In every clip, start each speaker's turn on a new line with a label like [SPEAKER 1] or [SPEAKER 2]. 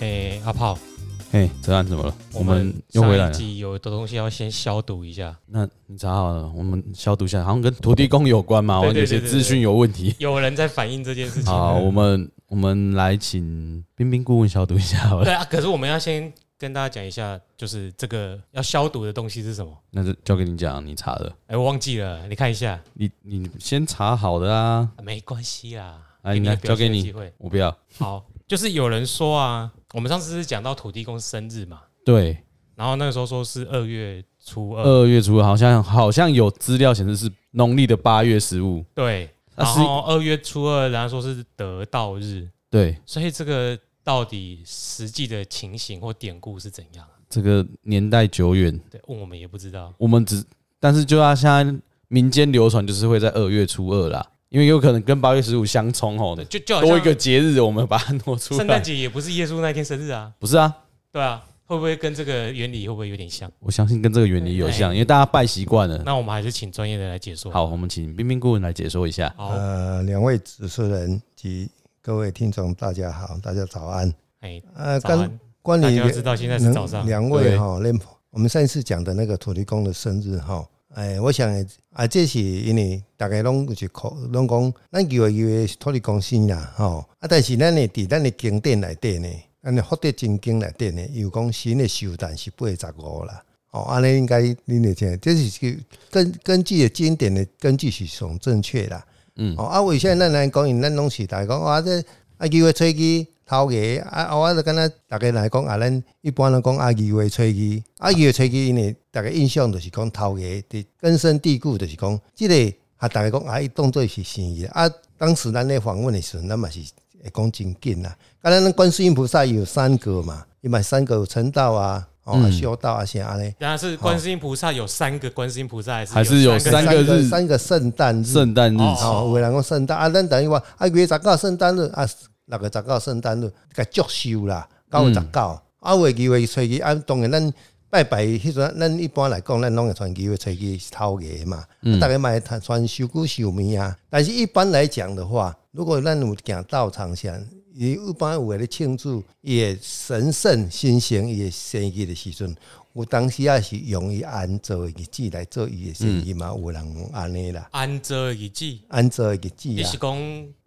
[SPEAKER 1] 诶、阿炮，
[SPEAKER 2] 嘿，哲安怎么了？哎我们又
[SPEAKER 1] 上
[SPEAKER 2] 回
[SPEAKER 1] 一
[SPEAKER 2] 来了。
[SPEAKER 1] 集有的东西要先消毒一下，
[SPEAKER 2] 那你查好了，我们消毒一下，好像跟土地公有关嘛，我
[SPEAKER 1] 对对
[SPEAKER 2] 有些
[SPEAKER 1] 对对
[SPEAKER 2] 资讯有问题。
[SPEAKER 1] 有人在反映这件事情。
[SPEAKER 2] 好，我们我们来请冰冰顾问消毒一下好了。
[SPEAKER 1] 对啊，可是我们要先跟大家讲一下，就是这个要消毒的东西是什么？
[SPEAKER 2] 那就交给你讲，你查的，
[SPEAKER 1] 哎、我忘记了，你看一下，
[SPEAKER 2] 你你先查好的啊。
[SPEAKER 1] 啊没关系啦，
[SPEAKER 2] 哎
[SPEAKER 1] 给你
[SPEAKER 2] 你来
[SPEAKER 1] 个表
[SPEAKER 2] 交给
[SPEAKER 1] 现的
[SPEAKER 2] 你
[SPEAKER 1] 机会。
[SPEAKER 2] 我不要。
[SPEAKER 1] 好，就是有人说啊，我们上次是讲到土地公生日嘛，
[SPEAKER 2] 对，
[SPEAKER 1] 然后那个时候说是二月初二，
[SPEAKER 2] 二月初好像好像有资料显示是农历的八月十五，
[SPEAKER 1] 对，
[SPEAKER 2] 那
[SPEAKER 1] 然
[SPEAKER 2] 是
[SPEAKER 1] 后二月初二，然后说是得道日，
[SPEAKER 2] 对
[SPEAKER 1] 所以这个到底实际的情形或典故是怎样啊？
[SPEAKER 2] 这个年代久远，
[SPEAKER 1] 对，问我们也不知道。
[SPEAKER 2] 我们只但是就要现在民间流传就是会在二月初二啦，因为有可能跟八月十五相冲哦吼
[SPEAKER 1] 对，就就好像
[SPEAKER 2] 嗯多一个节日，我们把它挪出
[SPEAKER 1] 圣诞
[SPEAKER 2] 来。
[SPEAKER 1] 节也不是耶稣那天生日啊，
[SPEAKER 2] 不是啊，
[SPEAKER 1] 对啊，会不会跟这个原理会不会有点像？
[SPEAKER 2] 我相信跟这个原理有像，因为大家拜习惯了。
[SPEAKER 1] 哎那我们还是请专业的来解说。，
[SPEAKER 2] 嗯好，我们请冰冰顾问来解说一下。
[SPEAKER 1] 好，
[SPEAKER 3] 呃，两位主持人及各位听众，大家好，大家早安。
[SPEAKER 1] 哎，
[SPEAKER 3] 呃，
[SPEAKER 1] 早
[SPEAKER 3] 跟
[SPEAKER 1] 安，
[SPEAKER 3] 关
[SPEAKER 1] 大家
[SPEAKER 3] 于
[SPEAKER 1] 要知道现在是早上，
[SPEAKER 3] 两
[SPEAKER 2] 对
[SPEAKER 3] 位哈，那我们上一次讲的那个土地公的生日哈，哎，我想啊，这是因为大家拢是口拢讲，咱以为以为是土地公生啦吼，啊，但是咱的伫咱的经典内底呢，咱的福德真经内底呢，有讲新的寿诞是八十五啦。哦，安尼应该恁会听，这是一个根根据的经典的根据是上正确啦。
[SPEAKER 2] 嗯
[SPEAKER 3] 哦，啊，为啥咱来讲，因咱拢是大家讲啊，这啊，机会吹机头家啊，啊，我就敢若大家来讲啊，咱一般来讲啊，机会吹机，啊，机会吹机，因为大家印象就是讲头家伫根深蒂固，就是讲即、个啊，大家讲啊，伊当做是生意啊。当时咱咧访问的时阵，咱嘛是会讲真紧啦。啊，咱咱观世音菩萨有三个嘛，伊嘛三个有成道啊，哦，
[SPEAKER 2] 嗯
[SPEAKER 3] 啊修道啊，啥安尼。
[SPEAKER 1] 当然是观世音菩萨有三个观世音菩萨，
[SPEAKER 2] 还是有
[SPEAKER 1] 三
[SPEAKER 2] 三个日
[SPEAKER 3] 三个圣诞日，
[SPEAKER 2] 圣诞日
[SPEAKER 1] 哦
[SPEAKER 3] 哦，有的人讲圣诞啊，咱等于话啊，月十九圣诞日啊，六月十九圣诞日，甲祝寿啦，九月十
[SPEAKER 2] 嗯
[SPEAKER 3] 九，啊，有的机会初期啊，当然咱拜拜迄阵，咱一般来讲，咱拢会传机会初期是头家嘛，
[SPEAKER 2] 嗯
[SPEAKER 3] 啊，大家嘛会传传寿骨寿命啊，但是一般来讲的话，如果咱有行道场上。伊一般有诶咧庆祝伊诶神圣新生伊诶生日的时阵，有当时也是用伊按照诶日子来做伊诶生日
[SPEAKER 2] 嗯
[SPEAKER 3] 嘛，有人安尼啦。
[SPEAKER 1] 安遮一记，
[SPEAKER 3] 按照的日
[SPEAKER 2] 哎
[SPEAKER 1] 也是
[SPEAKER 3] 子
[SPEAKER 1] 讲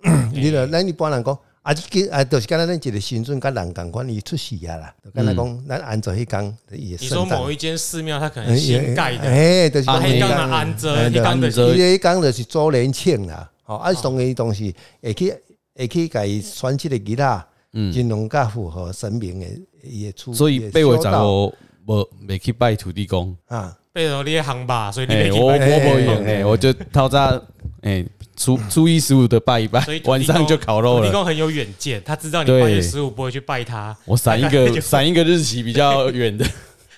[SPEAKER 3] 啊，你著咱一般人讲，啊，这个啊，就是敢若咱一个新阵甲人共款，伊出世啊啦，就敢若讲咱按照迄工伊
[SPEAKER 1] 嗯你
[SPEAKER 3] 诶
[SPEAKER 1] 说
[SPEAKER 3] 圣诞
[SPEAKER 1] 某一间寺庙，它可能新盖的，啊
[SPEAKER 3] 哎，就是
[SPEAKER 1] 它
[SPEAKER 3] 讲
[SPEAKER 1] 一
[SPEAKER 3] 迄
[SPEAKER 1] 缸
[SPEAKER 3] 工
[SPEAKER 1] 的安遮，
[SPEAKER 3] 哎
[SPEAKER 1] 一缸的
[SPEAKER 2] 安遮所以
[SPEAKER 3] 伊迄工就是周年庆啦，吼，啊，
[SPEAKER 1] 哦
[SPEAKER 3] 当然当时会去会去甲伊选即个啊吉他，
[SPEAKER 1] 嗯
[SPEAKER 3] 真能甲符合神明诶伊诶出，
[SPEAKER 2] 所
[SPEAKER 3] 他
[SPEAKER 2] 以
[SPEAKER 3] 的
[SPEAKER 2] 被我
[SPEAKER 1] 哦
[SPEAKER 3] 修
[SPEAKER 2] 找
[SPEAKER 3] 道
[SPEAKER 2] 我我没去拜土地公，
[SPEAKER 3] 啊，
[SPEAKER 1] 被罗列行吧，所以你
[SPEAKER 2] 哎、
[SPEAKER 1] 没
[SPEAKER 2] 我我
[SPEAKER 1] 听。
[SPEAKER 2] 我有
[SPEAKER 3] 哎
[SPEAKER 2] 哎，我就套炸哎初初一十五的拜一拜
[SPEAKER 1] 所以，土地
[SPEAKER 2] 晚上
[SPEAKER 1] 公
[SPEAKER 2] 就烤肉
[SPEAKER 1] 土地
[SPEAKER 2] 了。
[SPEAKER 1] 公很有远见，他知道你
[SPEAKER 2] 对
[SPEAKER 1] 八月十五不会去拜他，
[SPEAKER 2] 我闪一
[SPEAKER 1] 大概
[SPEAKER 2] 个
[SPEAKER 1] 就
[SPEAKER 2] 闪一个日期比较 远的，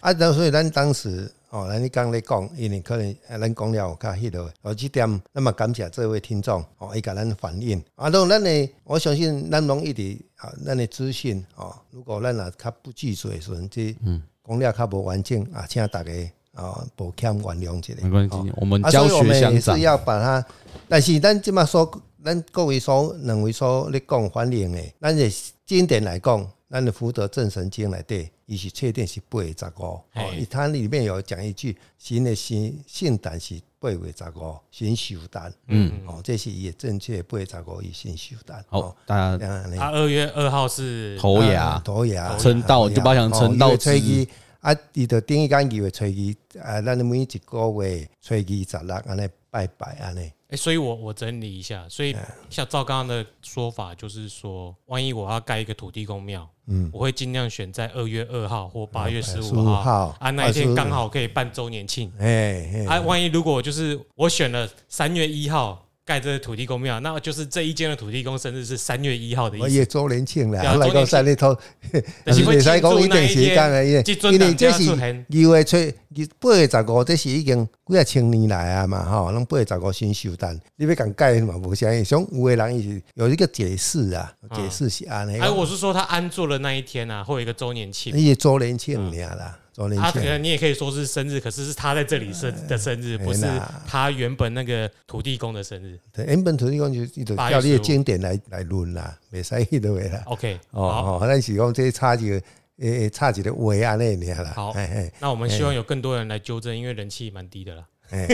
[SPEAKER 3] 啊，然后所以咱当时哦，咱你刚咧讲，因为可能啊，咱讲了有较迄落，哦，即点，咱嘛感谢这位听众哦，伊甲咱反映。啊，当然咱诶，我相信咱拢一直啊，咱诶资讯哦，如果咱若较不具足诶时阵，即讲了较无完整啊，请大家啊，抱歉原谅一下。
[SPEAKER 2] 没关系
[SPEAKER 3] 哦，
[SPEAKER 2] 我们
[SPEAKER 3] 啊，
[SPEAKER 2] 教
[SPEAKER 3] 所以我
[SPEAKER 2] 学
[SPEAKER 3] 们
[SPEAKER 2] 相
[SPEAKER 3] 也
[SPEAKER 2] 长
[SPEAKER 3] 是。要把它，但是咱即马所，咱各位所两位所咧讲反映诶，咱的经典来讲，咱的福德正神经内底，伊是确定是八月十五，哦
[SPEAKER 1] 嘿，
[SPEAKER 3] 它里面有讲一句，新的新圣诞是八月十五，新寿诞，嗯，哦，这是伊的正确的八月十五，伊新寿诞，
[SPEAKER 2] 好
[SPEAKER 3] 哦，，
[SPEAKER 2] 大
[SPEAKER 3] 这
[SPEAKER 2] 家
[SPEAKER 3] 样呢
[SPEAKER 1] 他啊二月二号是
[SPEAKER 2] 头
[SPEAKER 3] 啊
[SPEAKER 2] 牙
[SPEAKER 3] 头牙，
[SPEAKER 2] 撑到
[SPEAKER 3] 头
[SPEAKER 2] 就把它想撑到
[SPEAKER 3] 哦因为初
[SPEAKER 2] 直
[SPEAKER 3] 期啊，伊就顶一间二月初期，啊，咱每一个月初期十六安尼拜拜安尼。
[SPEAKER 1] 哎、所以我我整理一下，所以
[SPEAKER 3] 哎
[SPEAKER 1] 像照刚刚的说法，就是说，万一我要盖一个土地公庙，嗯，我会尽量选在二月二号或
[SPEAKER 3] 啊
[SPEAKER 1] 八月十五
[SPEAKER 3] 15
[SPEAKER 1] 号
[SPEAKER 3] 号
[SPEAKER 1] 啊，那一天
[SPEAKER 3] 25
[SPEAKER 1] 刚好可以办周年庆。
[SPEAKER 3] 哎
[SPEAKER 1] 啊，万一如果就是我选了三月一号盖这个土地公庙，那就是这一间的土地公生日是三月一号的
[SPEAKER 3] 我
[SPEAKER 1] 意思。
[SPEAKER 3] 也周年庆啦，
[SPEAKER 1] 对啊
[SPEAKER 3] 我来讲三日头，
[SPEAKER 1] 但是
[SPEAKER 3] 你
[SPEAKER 1] 会
[SPEAKER 3] 使
[SPEAKER 1] 庆祝那一
[SPEAKER 3] 讲一定时间啊，因为
[SPEAKER 1] 天即阵
[SPEAKER 3] 因为
[SPEAKER 1] 人
[SPEAKER 3] 这
[SPEAKER 1] 家
[SPEAKER 3] 是
[SPEAKER 1] 出现
[SPEAKER 3] 二月初二八月十五，这是已经几啊千年来啊嘛吼，拢八月十五先收单，你要讲改嘛无啥意思，想有的人伊是有一个解释啊，解释是安尼
[SPEAKER 1] 啊哎、，我是说他安坐的那一天啊，会有一个周年庆。
[SPEAKER 3] 伊周年庆尔啦，周年
[SPEAKER 1] 他可
[SPEAKER 3] 庆，
[SPEAKER 1] 啊能你也可以说是生日，可是是他在这里生的生日，
[SPEAKER 3] 哎
[SPEAKER 1] 不是
[SPEAKER 3] 啦
[SPEAKER 1] 他原本那个土地公的生日。
[SPEAKER 3] 对原本土地公就伊就照你的经典来来论啦，袂使迄落个啦。
[SPEAKER 1] OK，好，
[SPEAKER 3] 哦哦，咱是讲这差一个诶，差一个话安尼尔啦。
[SPEAKER 1] 好
[SPEAKER 3] 哎
[SPEAKER 1] 那我们希望有更多人来纠正，因为人气蛮低的啦。
[SPEAKER 3] 哎，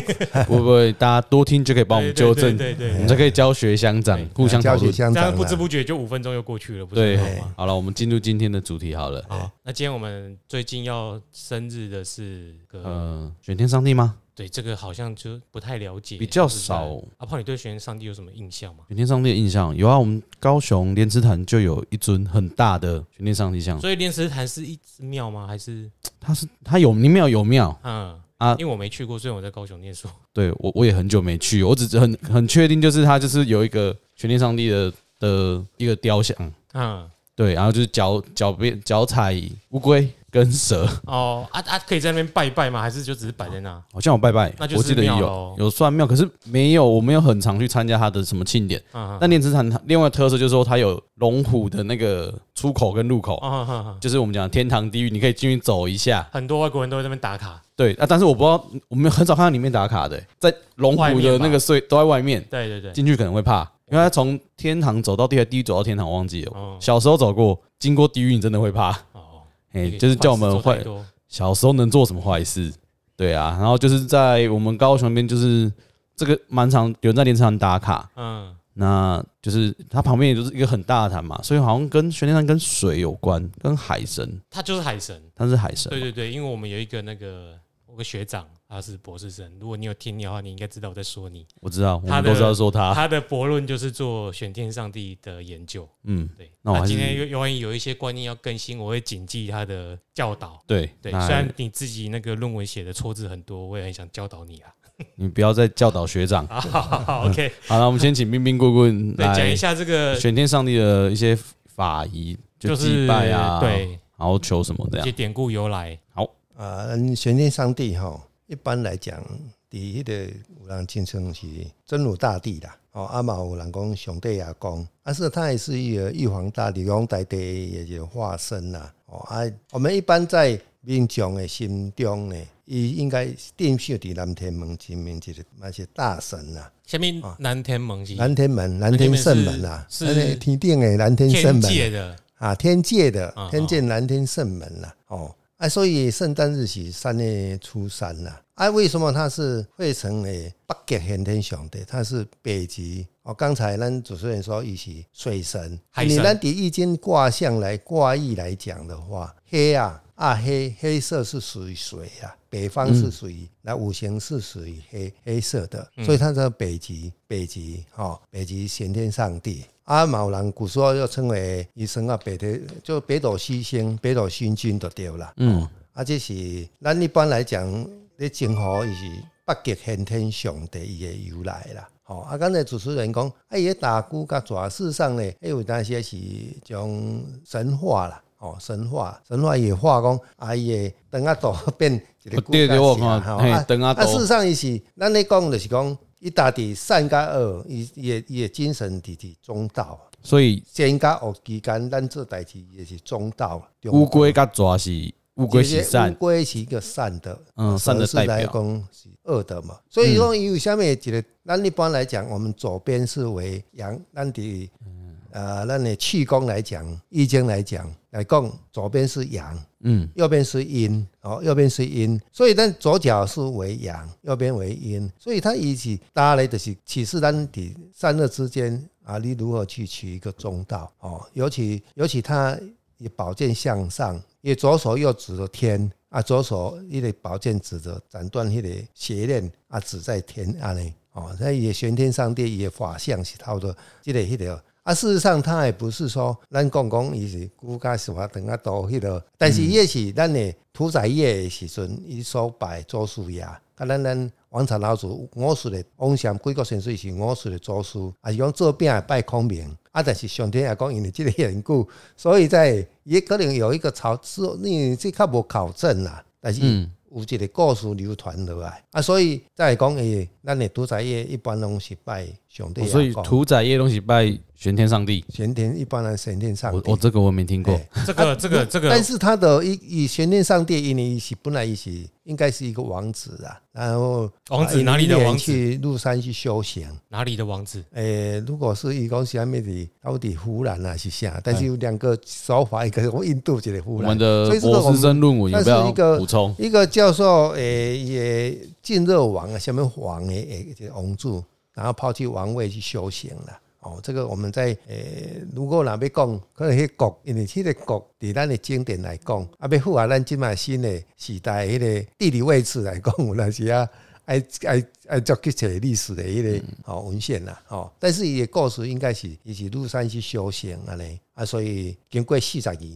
[SPEAKER 2] 不不，大家多听就可以帮我们纠正，
[SPEAKER 1] 对对对对对
[SPEAKER 2] 我们才可以教学相长
[SPEAKER 1] 对，
[SPEAKER 2] 互相讨
[SPEAKER 3] 教学
[SPEAKER 2] 论。
[SPEAKER 3] 啊相
[SPEAKER 1] 这
[SPEAKER 3] 长
[SPEAKER 1] 样
[SPEAKER 3] 啦哎
[SPEAKER 1] 不知不觉就五分钟又过去了，不是
[SPEAKER 2] 对
[SPEAKER 1] 很好吗？，
[SPEAKER 2] 好了，我们进入今天的主题好了。
[SPEAKER 1] 好，那今天我们最近要生日的是个，
[SPEAKER 2] 嗯，选天上帝吗？
[SPEAKER 1] 对这个好像就不太了解，
[SPEAKER 2] 比较
[SPEAKER 1] 是不是啊
[SPEAKER 2] 少。
[SPEAKER 1] 阿胖，你对玄上帝有什么印象吗？
[SPEAKER 2] 选天上帝的印象有啊，我们高雄莲池潭就有一尊很大的选天上帝像，
[SPEAKER 1] 所以莲池潭是一只庙吗？还是
[SPEAKER 2] 它是它有里面有有庙。
[SPEAKER 1] 嗯
[SPEAKER 2] 啊
[SPEAKER 1] 因为我没去过，所以我在高雄念书。
[SPEAKER 2] 对我我也很久没去，我只是很 很确定就是它就是有一个选天上帝的的一个雕像，
[SPEAKER 1] 嗯，
[SPEAKER 2] 对，然后就是脚脚边脚踩乌龟跟蛇，
[SPEAKER 1] 哦啊啊，可以在那边拜一拜吗？还是就只是摆在那？
[SPEAKER 2] 好像有拜拜，
[SPEAKER 1] 那就是
[SPEAKER 2] 我记得
[SPEAKER 1] 庙
[SPEAKER 2] 有
[SPEAKER 1] 咯
[SPEAKER 2] 有算庙，可是没有，我没有很常去参加他的什么庆典。
[SPEAKER 1] 嗯，
[SPEAKER 2] 但莲池潭它另外的特色就是说，它有龙虎的那个出口跟入口，
[SPEAKER 1] 哦，哼哼
[SPEAKER 2] 就是我们讲的天堂地狱，你可以进去走一下。
[SPEAKER 1] 很多外国人都会在那边打卡。
[SPEAKER 2] 对啊，但是我不知道，我们很少看到里面打卡的、欸在龙
[SPEAKER 1] 外
[SPEAKER 2] 虎的
[SPEAKER 1] 面吧
[SPEAKER 2] 那个隧都在外面，
[SPEAKER 1] 对对对，
[SPEAKER 2] 进去可能会怕，因为它从天堂走到地狱，地狱走到天堂，我忘记了。
[SPEAKER 1] 哦
[SPEAKER 2] 小时候走过，经过地狱，你真的会怕。
[SPEAKER 1] 哦，
[SPEAKER 2] 哎，
[SPEAKER 1] 这个
[SPEAKER 2] 就是叫我们
[SPEAKER 1] 坏
[SPEAKER 2] 坏
[SPEAKER 1] 事做太多
[SPEAKER 2] 小时候能做什么坏事？对啊，然后就是在我们高雄那边，就是这个蛮常有人在连池潭打卡，
[SPEAKER 1] 嗯，
[SPEAKER 2] 那就是它旁边也就是一个很大的潭嘛，所以好像跟玄天山跟水有关，跟海神，
[SPEAKER 1] 他就是海神。
[SPEAKER 2] 它是海神嘛，
[SPEAKER 1] 对对对，因为我们有一个那个我有个学长，他是博士生。如果你有听的话，你应该知道我在说你。
[SPEAKER 2] 我知道，我
[SPEAKER 1] 它
[SPEAKER 2] 们
[SPEAKER 1] 的
[SPEAKER 2] 都知道说它，
[SPEAKER 1] 他的博论就是做选天上帝的研究。
[SPEAKER 2] 嗯，
[SPEAKER 1] 对，
[SPEAKER 2] 那我还是
[SPEAKER 1] 今天有有万一有一些观念要更新，我会谨记他的教导。
[SPEAKER 2] 对
[SPEAKER 1] 对，
[SPEAKER 2] 那
[SPEAKER 1] 虽然你自己那个论文写的错字很多，我也很想教导 你啊。
[SPEAKER 2] 你不要再教导学长。
[SPEAKER 1] 啊好好好，OK，
[SPEAKER 2] 好了，我们先请冰冰棍棍
[SPEAKER 1] 对，讲一
[SPEAKER 2] 来
[SPEAKER 1] 下这个
[SPEAKER 2] 玄天上帝的一些法仪，
[SPEAKER 1] 就
[SPEAKER 2] 就是祭拜啊，，
[SPEAKER 1] 对，
[SPEAKER 2] 然后求什么这
[SPEAKER 1] 一
[SPEAKER 2] 样
[SPEAKER 1] 些，典故由来。
[SPEAKER 3] 啊，咱玄天上帝吼，一般来讲，第迄个有人亲称是真如大帝啦，哦，啊嘛有人讲上帝阿公，啊是他也是一个玉皇大帝、玉皇大帝的一个化身啦，哦啊，我们一般在民众的心中呢，伊应该定秀伫南天门前面一个那些大神啦，
[SPEAKER 1] 下面南天盟是
[SPEAKER 3] 啊
[SPEAKER 1] 啊
[SPEAKER 3] 南天门、南天圣门啦，
[SPEAKER 1] 是
[SPEAKER 3] 那个天顶的南天圣
[SPEAKER 1] 天
[SPEAKER 3] 门。
[SPEAKER 1] 界的，
[SPEAKER 3] 啊，天界的
[SPEAKER 1] 啊
[SPEAKER 3] 天界南天圣门啦、哦，啊，所以圣诞日是三月初三啦、啊。为什么它是会成为北极玄天上帝？它是北极哦。刚才咱主持人说，伊是水神。啊
[SPEAKER 1] 海
[SPEAKER 3] 你
[SPEAKER 1] 神
[SPEAKER 3] 咱第易经卦象来卦意来讲的话，黑啊啊黑黑色是属于水啊，北方
[SPEAKER 1] 嗯
[SPEAKER 3] 是属于那、五行是属于黑黑色的，所以它叫北极北极哦，北极玄天上帝。啊，嘛有人古时候又称为医生啊，北斗就北斗七星、北斗星君就对啦。
[SPEAKER 2] 嗯，
[SPEAKER 3] 啊，这是咱一般来讲，咧真好伊是北极先天上帝伊嘅由来啦。吼、啊，刚才主持人讲，啊，伊打鼓甲蛇，事实上咧，迄有当时是将神话啦，吼、神话，神话伊话讲，啊，伊诶等啊大变一个
[SPEAKER 2] 哦对对我
[SPEAKER 3] 甲蛇
[SPEAKER 2] 看
[SPEAKER 3] 吼
[SPEAKER 2] 嘿
[SPEAKER 3] 啊
[SPEAKER 2] 长啊大
[SPEAKER 3] 啊，事实上伊是，咱咧讲就是讲，伊大伫善甲恶，伊伊诶伊诶精神伫伫中道。
[SPEAKER 2] 所以
[SPEAKER 3] 善甲恶之间，咱做代志也是中道。中道
[SPEAKER 2] 乌龟跟蛇是乌龟是
[SPEAKER 3] 乌
[SPEAKER 2] 善，
[SPEAKER 3] 龟是一个善的，
[SPEAKER 2] 嗯善的代表
[SPEAKER 3] 蛇是来讲是恶的嘛。所以说，有下面一个，咱一般来讲，我们左边是为阳，咱的呃，咱的气功来讲，易经来讲来讲，左边是阳，
[SPEAKER 2] 嗯，
[SPEAKER 3] 右边是阴，哦，右边是阴，所以咱左脚是为阳，右边为阴，所以它以起搭来就是启示咱的善恶之间啊，你如何去取一个中道哦，尤其尤其它以宝剑向上，也左手右指着天啊，左手一个宝剑指着斩断迄个邪念啊，指在天安尼哦，那也玄天上帝也法相是他的即、个迄、个。啊，事实上，他也不是说咱讲讲伊是古家是话等啊多迄落，但是伊也是咱的屠宰业的时阵，伊所拜祖师爷，啊，咱咱王朝老祖五十的王上几个神水是五十的祖师，啊是讲做饼的拜孔明，啊，但是上天也讲因为即个缘故，所以在也可能有一个朝之，你这较无考证啦，但是。
[SPEAKER 2] 嗯
[SPEAKER 3] 有一个故事流传落来啊，所以啊再来讲诶，咱的屠宰业一般拢是拜上帝
[SPEAKER 2] 哦
[SPEAKER 3] 爷
[SPEAKER 2] 所以
[SPEAKER 3] 公
[SPEAKER 2] 屠宰业东西拜玄天上帝，
[SPEAKER 3] 玄天一般人玄天上
[SPEAKER 2] 我
[SPEAKER 3] 帝
[SPEAKER 2] 我，这个我没听过，
[SPEAKER 3] 哎
[SPEAKER 1] 这个这个这个
[SPEAKER 3] 但是他的以以玄天上帝印尼一起本来一起应该是一个王子啊，然后
[SPEAKER 1] 王
[SPEAKER 3] 啊
[SPEAKER 1] 子哪里的
[SPEAKER 3] 一年
[SPEAKER 1] 王子？
[SPEAKER 3] 去入山去修行。
[SPEAKER 1] 哪里的王子？
[SPEAKER 3] 诶、如果是伊讲是安面的，到底湖南啊是啥？但是有两个手法，一个是印度，一个
[SPEAKER 2] 我
[SPEAKER 3] 湖
[SPEAKER 2] 们
[SPEAKER 3] 南。
[SPEAKER 2] 的
[SPEAKER 3] 所以这个我
[SPEAKER 2] 博士
[SPEAKER 3] 们
[SPEAKER 2] 生论文有没
[SPEAKER 3] 但是
[SPEAKER 2] 有
[SPEAKER 3] 一个
[SPEAKER 2] 补充？
[SPEAKER 3] 一个叫做诶也晋热王啊，下面王诶诶这个王柱，然后抛弃王位去修行了。哦，这个我们在诶、如果若要讲，可能迄国，因为迄个国伫咱的经典来讲，啊，要符合咱即卖新的时代迄个地理位置来讲，有那是啊。爱爱爱照去找历史的迄
[SPEAKER 2] 嗯
[SPEAKER 3] 个哦文献啦，哦，但是伊的故事应该是伊是入山去修行安尼啊，所以经过四十二年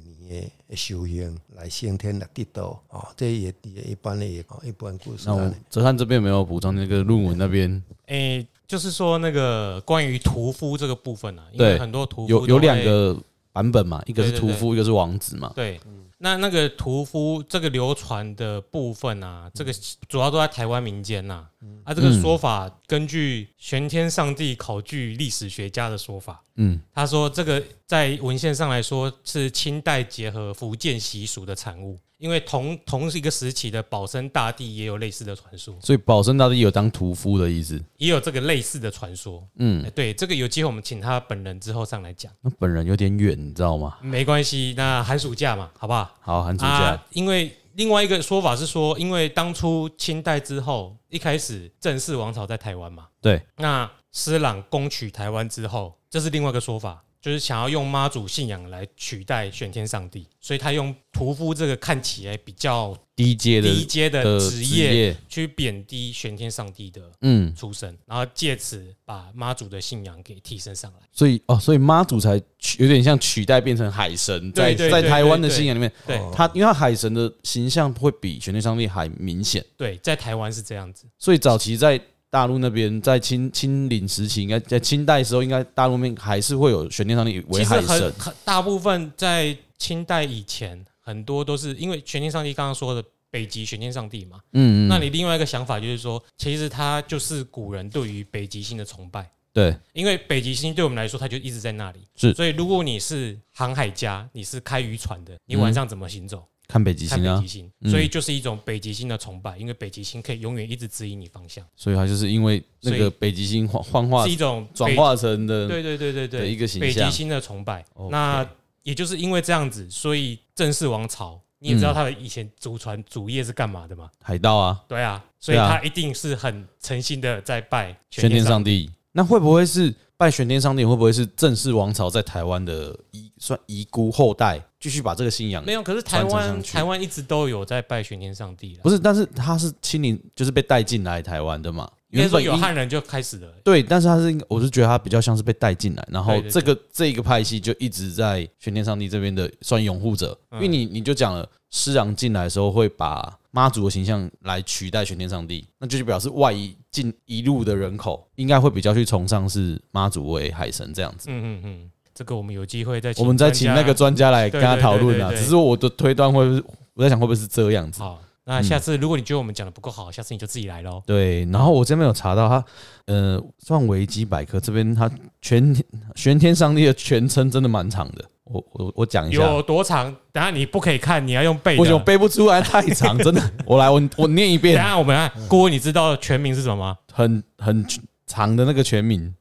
[SPEAKER 3] 的修行来升天来得道哦，这也也一般的也哦一般故事
[SPEAKER 2] 那
[SPEAKER 3] 安
[SPEAKER 2] 我
[SPEAKER 3] 尼。
[SPEAKER 2] 哲翰这边有没有补充？那个论文那边
[SPEAKER 1] 诶、就是说那个关于屠夫这个部分啊，因
[SPEAKER 2] 对
[SPEAKER 1] 为很多屠夫
[SPEAKER 2] 有
[SPEAKER 1] 都
[SPEAKER 2] 有
[SPEAKER 1] 会
[SPEAKER 2] 两个版本嘛，一个是
[SPEAKER 1] 对对
[SPEAKER 2] 屠
[SPEAKER 1] 对
[SPEAKER 2] 夫，一个是王子嘛。
[SPEAKER 1] 对，那那个屠夫这个流传的部分啊，这个主要都在台湾民间呐、啊。这个说法
[SPEAKER 2] 嗯
[SPEAKER 1] 根据玄天上帝考据历史学家的说法，
[SPEAKER 2] 嗯，
[SPEAKER 1] 他说这个在文献上来说是清代结合福建习俗的产物，因为同同一个时期的保生大帝也有类似的传说，
[SPEAKER 2] 所以保生大帝有当屠夫的意思。
[SPEAKER 1] 也有这个类似的传说。
[SPEAKER 2] 嗯，
[SPEAKER 1] 哎对，这个有机会我们请他本人之后上来讲，
[SPEAKER 2] 那本人有点远，你知道吗？
[SPEAKER 1] 没关系，那寒暑假嘛，好不好？
[SPEAKER 2] 好，寒暑假
[SPEAKER 1] 啊，因为另外一个说法是说，因为当初清代之后，一开始郑氏王朝在台湾嘛，
[SPEAKER 2] 对，
[SPEAKER 1] 那施琅攻取台湾之后，这是另外一个说法，就是想要用妈祖信仰来取代玄天上帝，所以他用屠夫这个看起来比较
[SPEAKER 2] 低阶的
[SPEAKER 1] 低阶的
[SPEAKER 2] 的
[SPEAKER 1] 呃职业，去贬低玄天上帝的
[SPEAKER 2] 嗯，
[SPEAKER 1] 出身，然后借此把妈祖的信仰给提升上来。
[SPEAKER 2] 所以哦，所以妈祖才取有点像取代变成海神，在
[SPEAKER 1] 对对
[SPEAKER 2] 在
[SPEAKER 1] 对
[SPEAKER 2] 台湾的
[SPEAKER 1] 对对
[SPEAKER 2] 信仰里面，
[SPEAKER 1] 对、
[SPEAKER 2] 他因为他海神的形象会比玄天上帝还明显，
[SPEAKER 1] 对，在台湾是这样子。
[SPEAKER 2] 所以早期在大陆那边，在清清领时期，应该在清代时候，应该大陆面还是会有玄天上帝
[SPEAKER 1] 其
[SPEAKER 2] 为
[SPEAKER 1] 实
[SPEAKER 2] 海
[SPEAKER 1] 很
[SPEAKER 2] 神，嗯
[SPEAKER 1] 很大部分在清代以前，很多都是因为玄天上帝刚刚说的北极玄天上帝嘛。
[SPEAKER 2] 嗯
[SPEAKER 1] 那
[SPEAKER 2] 嗯，
[SPEAKER 1] 你另外一个想法就是说，其实它就是古人对于北极星的崇拜，
[SPEAKER 2] 对，
[SPEAKER 1] 因为北极星对我们来说，它就一直在那里。
[SPEAKER 2] 是
[SPEAKER 1] 所以如果你是航海家，你是开渔船的，你晚上怎么行走？
[SPEAKER 2] 看北极
[SPEAKER 1] 看
[SPEAKER 2] 星
[SPEAKER 1] 北
[SPEAKER 2] 啊
[SPEAKER 1] 极，星，
[SPEAKER 2] 嗯
[SPEAKER 1] 所以就是一种北极星的崇拜，因为北极星可以永远一直指引你方向，
[SPEAKER 2] 所以他就是因为那
[SPEAKER 1] 所
[SPEAKER 2] 个
[SPEAKER 1] 以
[SPEAKER 2] 北极星幻幻化
[SPEAKER 1] 是一种北
[SPEAKER 2] 转化成的，
[SPEAKER 1] 对对对对
[SPEAKER 2] 的
[SPEAKER 1] 对，
[SPEAKER 2] 一个形
[SPEAKER 1] 北极
[SPEAKER 2] 象
[SPEAKER 1] 星的崇拜
[SPEAKER 2] OK。
[SPEAKER 1] 那也就是因为这样子，所以郑氏王朝，你也知
[SPEAKER 2] 嗯
[SPEAKER 1] 道他的以前祖传祖业是干嘛的嘛？
[SPEAKER 2] 海盗啊，
[SPEAKER 1] 对啊，所以
[SPEAKER 2] 对啊
[SPEAKER 1] 他一定是很诚心的在拜
[SPEAKER 2] 玄天
[SPEAKER 1] 上
[SPEAKER 2] 上帝。那会不会是拜玄天上帝？会不会是郑氏王朝在台湾的遗算遗孤后代继续把这个信仰
[SPEAKER 1] 帝。？没有，可是台
[SPEAKER 2] 传承
[SPEAKER 1] 湾
[SPEAKER 2] 上去
[SPEAKER 1] 台湾一直都有在拜玄天上帝了
[SPEAKER 2] 不。是，但是他是清零，就是被带进来台湾的嘛。
[SPEAKER 1] 应该
[SPEAKER 2] 原
[SPEAKER 1] 说
[SPEAKER 2] 本
[SPEAKER 1] 有
[SPEAKER 2] 英
[SPEAKER 1] 汉人就开始了，
[SPEAKER 2] 对，但是他是，我是觉得他比较像是被带进来，然后
[SPEAKER 1] 对对
[SPEAKER 2] 这个这个派系就一直在玄天上帝这边的算拥护者，因为你
[SPEAKER 1] 嗯
[SPEAKER 2] 你就讲了，师长进来的时候会把妈祖的形象来取代玄天上帝，那就是表示外移进一路的人口应该会比较去崇尚是妈祖为海神这样子。
[SPEAKER 1] 嗯嗯嗯，这个我们有机会再
[SPEAKER 2] 我们再请那个
[SPEAKER 1] 专
[SPEAKER 2] 专家来跟他讨论
[SPEAKER 1] 对对对
[SPEAKER 2] 啊，
[SPEAKER 1] 对对
[SPEAKER 2] 只是我的推断会不会，我在想会不会是这样
[SPEAKER 1] 家
[SPEAKER 2] 子。
[SPEAKER 1] 好。那下次如果你觉得我们讲的不够好，下次你就自己来喽。
[SPEAKER 2] 对，然后我这边有查到他，呃，算维基百科这边他全玄天上帝的全称真的蛮长的，我我我讲一下，
[SPEAKER 1] 有多长？等下你不可以看，你要用背的。
[SPEAKER 2] 不嗯行，我背不出来，太长，真的，我来我我念一
[SPEAKER 1] 等
[SPEAKER 2] 遍，
[SPEAKER 1] 下我们
[SPEAKER 2] 嗯
[SPEAKER 1] 看郭文，你知道全名是什么吗
[SPEAKER 2] 很很长的那个全名，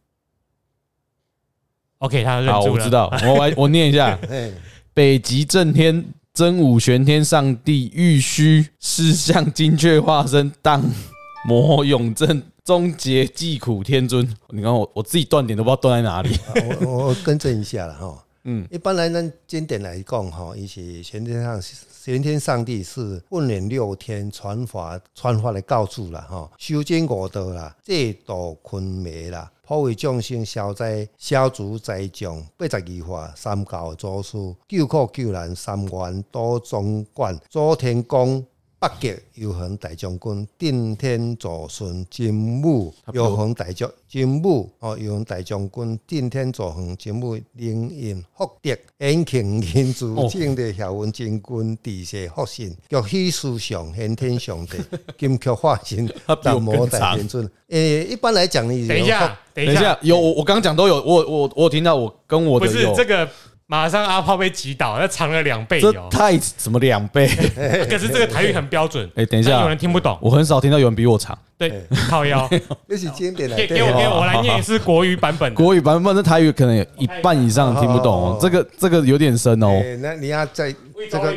[SPEAKER 1] ？OK，他认
[SPEAKER 2] 好，
[SPEAKER 1] 住
[SPEAKER 2] 我
[SPEAKER 1] 了
[SPEAKER 2] 知。道， 我来我念一下，
[SPEAKER 3] 哎，
[SPEAKER 2] 北极震天。真武玄天上帝玉虚世相金阙化身荡魔永正终结祭苦天尊，你看我我自己断点都不知道断在哪里。
[SPEAKER 3] 啊我我我更正一下了哈。
[SPEAKER 2] 嗯
[SPEAKER 3] 嗯，一般来咱经典来讲哈，伊是玄天上玄天上帝是混连六天传法传法的教主啦哈，修经五道啦，这道昆明啦，普为众生消灾消除灾障，八十二法三教的祖师，救苦救难三元多庄观，祖天公。北极游行大将军、顶天祖孙金武游行大将金武哦，游行大将军、顶天祖孙金武灵隐福德、延庆天主、正德孝文真君、地势福神、玉虚思想、先天 上帝、金曲化身、
[SPEAKER 2] 比我
[SPEAKER 3] 南
[SPEAKER 2] 更
[SPEAKER 3] 无大
[SPEAKER 2] 长
[SPEAKER 3] 天尊。诶、一般来讲，你
[SPEAKER 1] 等一下，等
[SPEAKER 2] 等
[SPEAKER 1] 一
[SPEAKER 2] 一
[SPEAKER 1] 下，
[SPEAKER 2] 下，有我我刚刚讲都有，我我我有听到我跟我
[SPEAKER 1] 不
[SPEAKER 2] 的
[SPEAKER 1] 是
[SPEAKER 2] 有
[SPEAKER 1] 这个，马上阿炮被击倒，那长了两倍
[SPEAKER 2] 这
[SPEAKER 1] 哦。
[SPEAKER 2] 太什么两倍？
[SPEAKER 1] 可是这个台语很标准，
[SPEAKER 2] 哎，等一
[SPEAKER 1] 但有
[SPEAKER 2] 下哎
[SPEAKER 1] 人，听不懂，
[SPEAKER 2] 我很少听到有人比我长。
[SPEAKER 1] 对，靠 腰，
[SPEAKER 3] 那是经典来啊
[SPEAKER 1] 给给我给我我来念一次国语版本的，
[SPEAKER 2] 国语版本的台语可能有一半以上听不懂哦
[SPEAKER 3] 哦，
[SPEAKER 2] 这个这个有点深哦。
[SPEAKER 3] 诶那你要在这个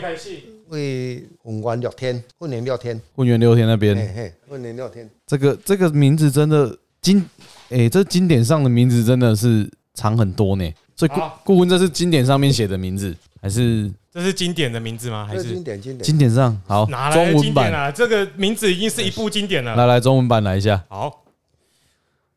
[SPEAKER 3] 为混元聊天，混元聊
[SPEAKER 1] 嗯
[SPEAKER 3] 天，
[SPEAKER 2] 混元六天那
[SPEAKER 3] 嘿
[SPEAKER 2] 边，
[SPEAKER 3] 嘿，混元聊天。
[SPEAKER 2] 这个这个名字真的经，哎，这经典上的名字真的是长很多呢。所以顾
[SPEAKER 1] 好
[SPEAKER 2] 顾问这是经典上面写的名字，还是
[SPEAKER 1] 这是经典的名字吗？还
[SPEAKER 3] 这是
[SPEAKER 1] 是
[SPEAKER 3] 经典经典。
[SPEAKER 2] 经典上好
[SPEAKER 1] 哪来
[SPEAKER 2] 中
[SPEAKER 1] 的经
[SPEAKER 2] 文
[SPEAKER 1] 典
[SPEAKER 2] 版？
[SPEAKER 1] 啊？这个名字已经是一部经典了。
[SPEAKER 2] 来来，中文版来一下。
[SPEAKER 1] 好，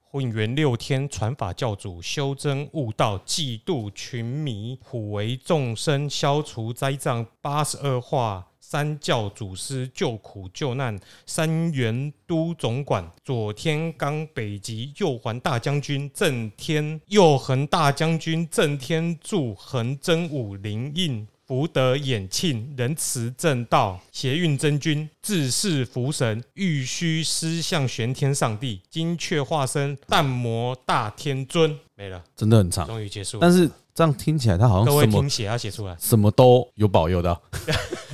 [SPEAKER 1] 混元六天传法教主，修真悟道，济度群迷，普为众生，消除灾障，八十二化。三教祖师救苦救难，三元都总管左天罡北极右环大将军正天右横大将军正天柱横真武灵印福德衍庆仁慈正道邪运真君治世福神玉虚师相玄天上帝金雀化身淡魔大天尊没了，
[SPEAKER 2] 真的很长，
[SPEAKER 1] 终于结束了。
[SPEAKER 2] 但是这样听起来他好
[SPEAKER 1] 各
[SPEAKER 2] 像
[SPEAKER 1] 位
[SPEAKER 2] 什么
[SPEAKER 1] 听写要写出来，
[SPEAKER 2] 什么都有保佑的 啊，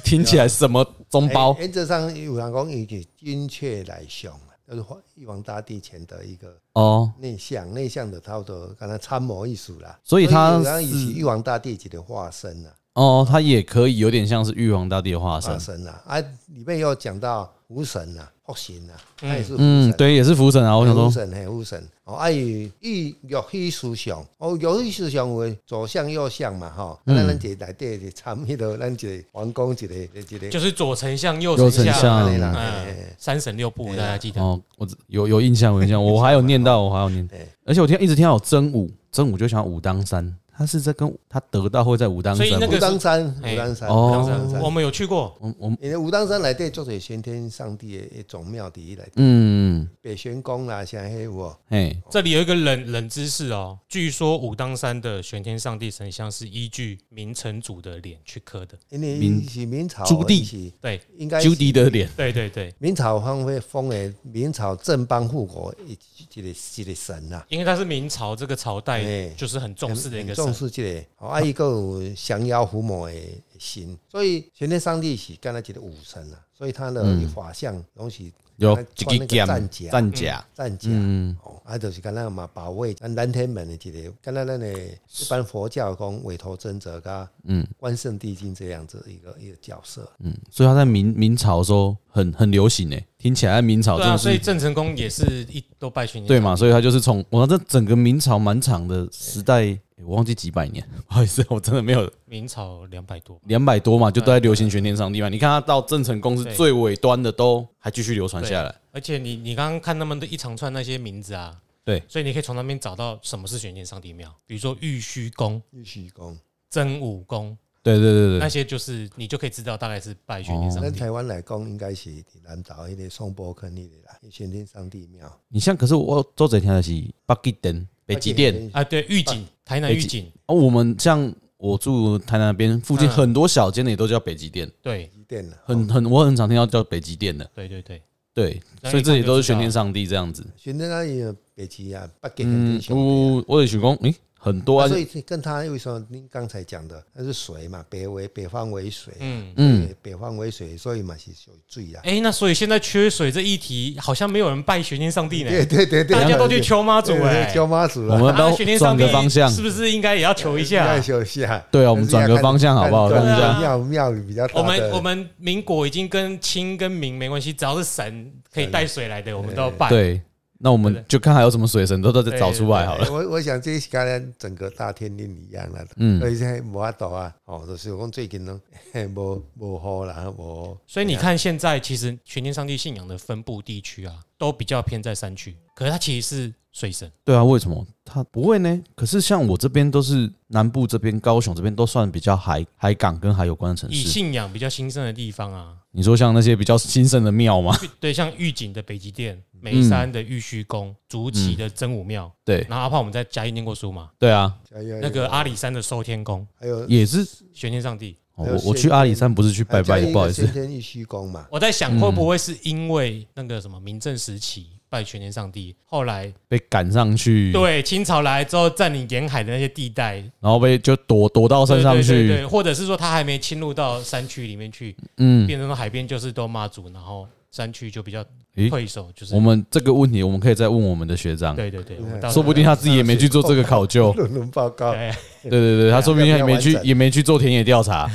[SPEAKER 2] 听起来什么中包
[SPEAKER 3] 诶哎原则上有人讲伊是金雀来相，就是玉皇大帝前的一个
[SPEAKER 2] 哦，
[SPEAKER 3] 内向，内向的差不多，刚才参谋艺术啦。
[SPEAKER 2] 所以他
[SPEAKER 3] 有人是
[SPEAKER 2] 是
[SPEAKER 3] 玉皇大帝级的化身啊，
[SPEAKER 2] 哦，他也可以有点像是玉皇大帝的化身
[SPEAKER 3] 化，身啊，啊，里面有讲到福神啊，福神啊，他也是福
[SPEAKER 2] 嗯，
[SPEAKER 3] 神。
[SPEAKER 2] 对，也是福神啊。我想
[SPEAKER 3] 福
[SPEAKER 2] 说，
[SPEAKER 3] 神嘿，福神哦，啊，伊伊玉虚思想，哦，玉虚思想有左向右向嘛，吼，
[SPEAKER 2] 嗯
[SPEAKER 3] 啊咱咱一个内底是参迄落，咱一个王宫一个一个，
[SPEAKER 1] 就是左丞相、右
[SPEAKER 2] 右
[SPEAKER 1] 丞
[SPEAKER 2] 丞
[SPEAKER 1] 相
[SPEAKER 2] 相，
[SPEAKER 3] 安尼啦，
[SPEAKER 1] 嗯
[SPEAKER 3] 嘿嘿嘿
[SPEAKER 1] 三省六部，大家记得。
[SPEAKER 2] 哦，我只有有印象，有印 象，我还有念到，我还有念
[SPEAKER 3] 对，
[SPEAKER 2] 而且我听一直听到有真武，真武就想武当山，他是在跟他得到会在武当
[SPEAKER 1] 所
[SPEAKER 2] 山
[SPEAKER 1] 以那
[SPEAKER 2] 吗，
[SPEAKER 1] 个
[SPEAKER 3] 武当山，
[SPEAKER 1] 嘿
[SPEAKER 3] 武当山，
[SPEAKER 2] 哦
[SPEAKER 3] 武
[SPEAKER 1] 当
[SPEAKER 3] 当
[SPEAKER 1] 然
[SPEAKER 3] 山，
[SPEAKER 1] 我们有去过，
[SPEAKER 2] 我嗯我
[SPEAKER 3] 因为武当山内底做者先天上帝的一种庙底来，
[SPEAKER 2] 嗯，
[SPEAKER 3] 北玄宫啦，像迄有无？
[SPEAKER 2] 嘿，
[SPEAKER 1] 哦这里有一个冷冷知识哦，据说武当山的玄天上帝神像是依据明成祖的脸去刻的。
[SPEAKER 3] 因为
[SPEAKER 2] 明
[SPEAKER 3] 伊是明朝，
[SPEAKER 2] 朱棣
[SPEAKER 3] 伊是
[SPEAKER 1] 对
[SPEAKER 3] 应该是
[SPEAKER 2] 朱迪的脸，
[SPEAKER 1] 对对对，
[SPEAKER 3] 明朝方会封为明朝正邦护国一一个一个神呐，
[SPEAKER 1] 因为他是明朝这个朝代
[SPEAKER 3] 哎，
[SPEAKER 1] 就是很重视的一
[SPEAKER 3] 很
[SPEAKER 1] 个
[SPEAKER 3] 重
[SPEAKER 1] 神。
[SPEAKER 3] 视这个， 哦，啊伊个有降妖伏魔的心，所以玄天上帝是干那一个武神啊，所以他的
[SPEAKER 2] 嗯
[SPEAKER 3] 法相拢是
[SPEAKER 2] 有
[SPEAKER 3] 穿
[SPEAKER 2] 这个
[SPEAKER 3] 那个
[SPEAKER 2] 剑
[SPEAKER 3] 战甲
[SPEAKER 2] 战甲，
[SPEAKER 3] 战甲。
[SPEAKER 2] 嗯，
[SPEAKER 3] 哦，啊，就是敢若嘛保卫咱南天门的一个，敢若咱的一般佛教讲委头尊者噶，
[SPEAKER 2] 嗯，
[SPEAKER 3] 关圣帝君这样子一个一个角色，
[SPEAKER 2] 嗯，所以他在明明朝的时候很很流行诶，听起来在明朝
[SPEAKER 1] 对
[SPEAKER 2] 真
[SPEAKER 1] 啊，
[SPEAKER 2] 的
[SPEAKER 1] 所以
[SPEAKER 2] 是
[SPEAKER 1] 郑成功也是一都拜玄天。
[SPEAKER 2] 对嘛，所以他就是从我这整个明朝蛮长的时代，诶我忘记几百年， 不好意思，我真的没有
[SPEAKER 1] 明朝两百多。
[SPEAKER 2] 两百多嘛，就都在流行玄天上帝嘛。你看他到郑成功是
[SPEAKER 1] 对
[SPEAKER 2] 最尾端的，都还继续流传下来。
[SPEAKER 1] 而且你你刚刚看他们的一长串那些名字啊，
[SPEAKER 2] 对，
[SPEAKER 1] 所以你可以从那边找到什么是玄天上帝庙，比如说玉虚宫、
[SPEAKER 3] 玉虚宫。
[SPEAKER 1] 真武宫
[SPEAKER 2] 对对对
[SPEAKER 1] 那
[SPEAKER 2] 对，
[SPEAKER 1] 些，就是你就可以知道大概是拜玄天上
[SPEAKER 2] 哦
[SPEAKER 3] 咱
[SPEAKER 1] 帝。
[SPEAKER 3] 台湾来讲，应该是伫南岛迄个宋波坑迄个啦，玄天上帝庙。
[SPEAKER 2] 你像可是我周贼听的是北极灯、北极殿
[SPEAKER 1] 啊，对，玉井，台南
[SPEAKER 2] 北
[SPEAKER 1] 玉
[SPEAKER 2] 极
[SPEAKER 1] 井，
[SPEAKER 2] 哦。我们像我住台南那边附近
[SPEAKER 1] 嗯
[SPEAKER 2] 很多小间的也都叫北极殿，
[SPEAKER 1] 对
[SPEAKER 3] 北极殿啊哦啦，
[SPEAKER 2] 很很我很常听到叫北极殿的。
[SPEAKER 1] 对对对，
[SPEAKER 2] 对，
[SPEAKER 1] 那
[SPEAKER 2] 所以
[SPEAKER 1] 一看
[SPEAKER 2] 这里都
[SPEAKER 1] 就是知道
[SPEAKER 2] 玄天上帝这样子。
[SPEAKER 3] 玄天上帝北极啊，北极很
[SPEAKER 2] 嗯
[SPEAKER 3] 英，雄。
[SPEAKER 2] 我我也想讲，诶，很多
[SPEAKER 3] 啊
[SPEAKER 2] 啊
[SPEAKER 3] 所，以跟他为什么您刚才讲的，那是水嘛，北为北方为水，
[SPEAKER 1] 嗯。
[SPEAKER 2] 嗯，
[SPEAKER 3] 对，北方为水，所以嘛是属于水啊。
[SPEAKER 1] 哎、那所以现在缺水这议题，好像没有人拜玄天上帝呢，
[SPEAKER 3] 对对 对对，
[SPEAKER 1] 大家都去求妈祖
[SPEAKER 3] 对
[SPEAKER 1] 哎、
[SPEAKER 3] 对求妈祖
[SPEAKER 2] 我
[SPEAKER 3] 啊
[SPEAKER 2] 们。要
[SPEAKER 1] 啊
[SPEAKER 2] 不
[SPEAKER 1] 玄
[SPEAKER 2] 要
[SPEAKER 1] 天上
[SPEAKER 2] 转
[SPEAKER 1] 帝
[SPEAKER 2] 个方向？
[SPEAKER 1] 是不是应该也要求一
[SPEAKER 3] 要
[SPEAKER 1] 下？
[SPEAKER 3] 休息啊。
[SPEAKER 2] 对啊我们转个方向好不好
[SPEAKER 3] 但是要
[SPEAKER 1] 对啊
[SPEAKER 3] 看庙庙里比较大的
[SPEAKER 1] 我们我们民国已经跟清跟明没关系，只要是神可以带水来的，我们都要拜。
[SPEAKER 2] 对，那我
[SPEAKER 1] 对
[SPEAKER 2] 们
[SPEAKER 1] 不
[SPEAKER 2] 就看还有什么水神都都再找出来好了。
[SPEAKER 3] 我我想这是跟咱整个大天令一样啦，
[SPEAKER 2] 嗯
[SPEAKER 3] 所以现在无法度啊，哦，就是讲最近拢 无无雨啦，无
[SPEAKER 1] 所以你看，现在其实玄天上帝信仰的分布地区啊，都比较偏在山区，可是他其实是水神，
[SPEAKER 2] 对啊，为什么他不会呢？可是像我这边都是南部这边，高雄这边都算比较海海港跟海有关的城
[SPEAKER 1] 以
[SPEAKER 2] 市。
[SPEAKER 1] 信仰比较兴盛的地方啊，
[SPEAKER 2] 你说像那些比较兴盛的庙吗？
[SPEAKER 1] 对，像玉井的北极殿、
[SPEAKER 2] 嗯
[SPEAKER 1] 眉山的玉虚宫、竹崎的真武庙，
[SPEAKER 2] 对
[SPEAKER 1] 然后阿胖我们在嘉义念过书嘛，
[SPEAKER 2] 对啊，
[SPEAKER 3] 还有
[SPEAKER 1] 那个阿里山的收天宫、
[SPEAKER 3] 还有
[SPEAKER 2] 也是。
[SPEAKER 1] 玄天上帝，
[SPEAKER 2] 哦
[SPEAKER 3] 还有
[SPEAKER 2] 我我
[SPEAKER 3] 谢
[SPEAKER 2] 去阿里山不是去拜拜
[SPEAKER 3] 还有
[SPEAKER 2] 的，不好意思
[SPEAKER 3] 先。天玉虚宫嘛，
[SPEAKER 1] 我在想会不会是因为那个什么明正时期拜玄天上帝，后来
[SPEAKER 2] 被赶上去，
[SPEAKER 1] 对清朝来之后占领沿海的那些地带，
[SPEAKER 2] 然后被就躲躲到山上
[SPEAKER 1] 对对对
[SPEAKER 2] 去，
[SPEAKER 1] 对，或者是说他还没侵入到山区里面去，
[SPEAKER 2] 嗯，
[SPEAKER 1] 变成说海边就是都妈祖，然后山区就比较
[SPEAKER 2] 诶
[SPEAKER 1] 退守，就是
[SPEAKER 2] 我们这个问题我们可以再问我们的学长，
[SPEAKER 1] 对对对，我们到时
[SPEAKER 2] 说
[SPEAKER 1] 候
[SPEAKER 2] 不定他自己也没去做这个考究，
[SPEAKER 3] 论文报告
[SPEAKER 1] 对
[SPEAKER 2] 对对对，他说不定也没去
[SPEAKER 3] 要不要完整
[SPEAKER 2] 也没去做田野 调查，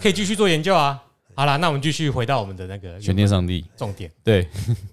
[SPEAKER 1] 可以继续做研究啊。好啦，那我们继续回到我们的那个
[SPEAKER 2] 玄天上帝，
[SPEAKER 1] 重点，
[SPEAKER 2] 对，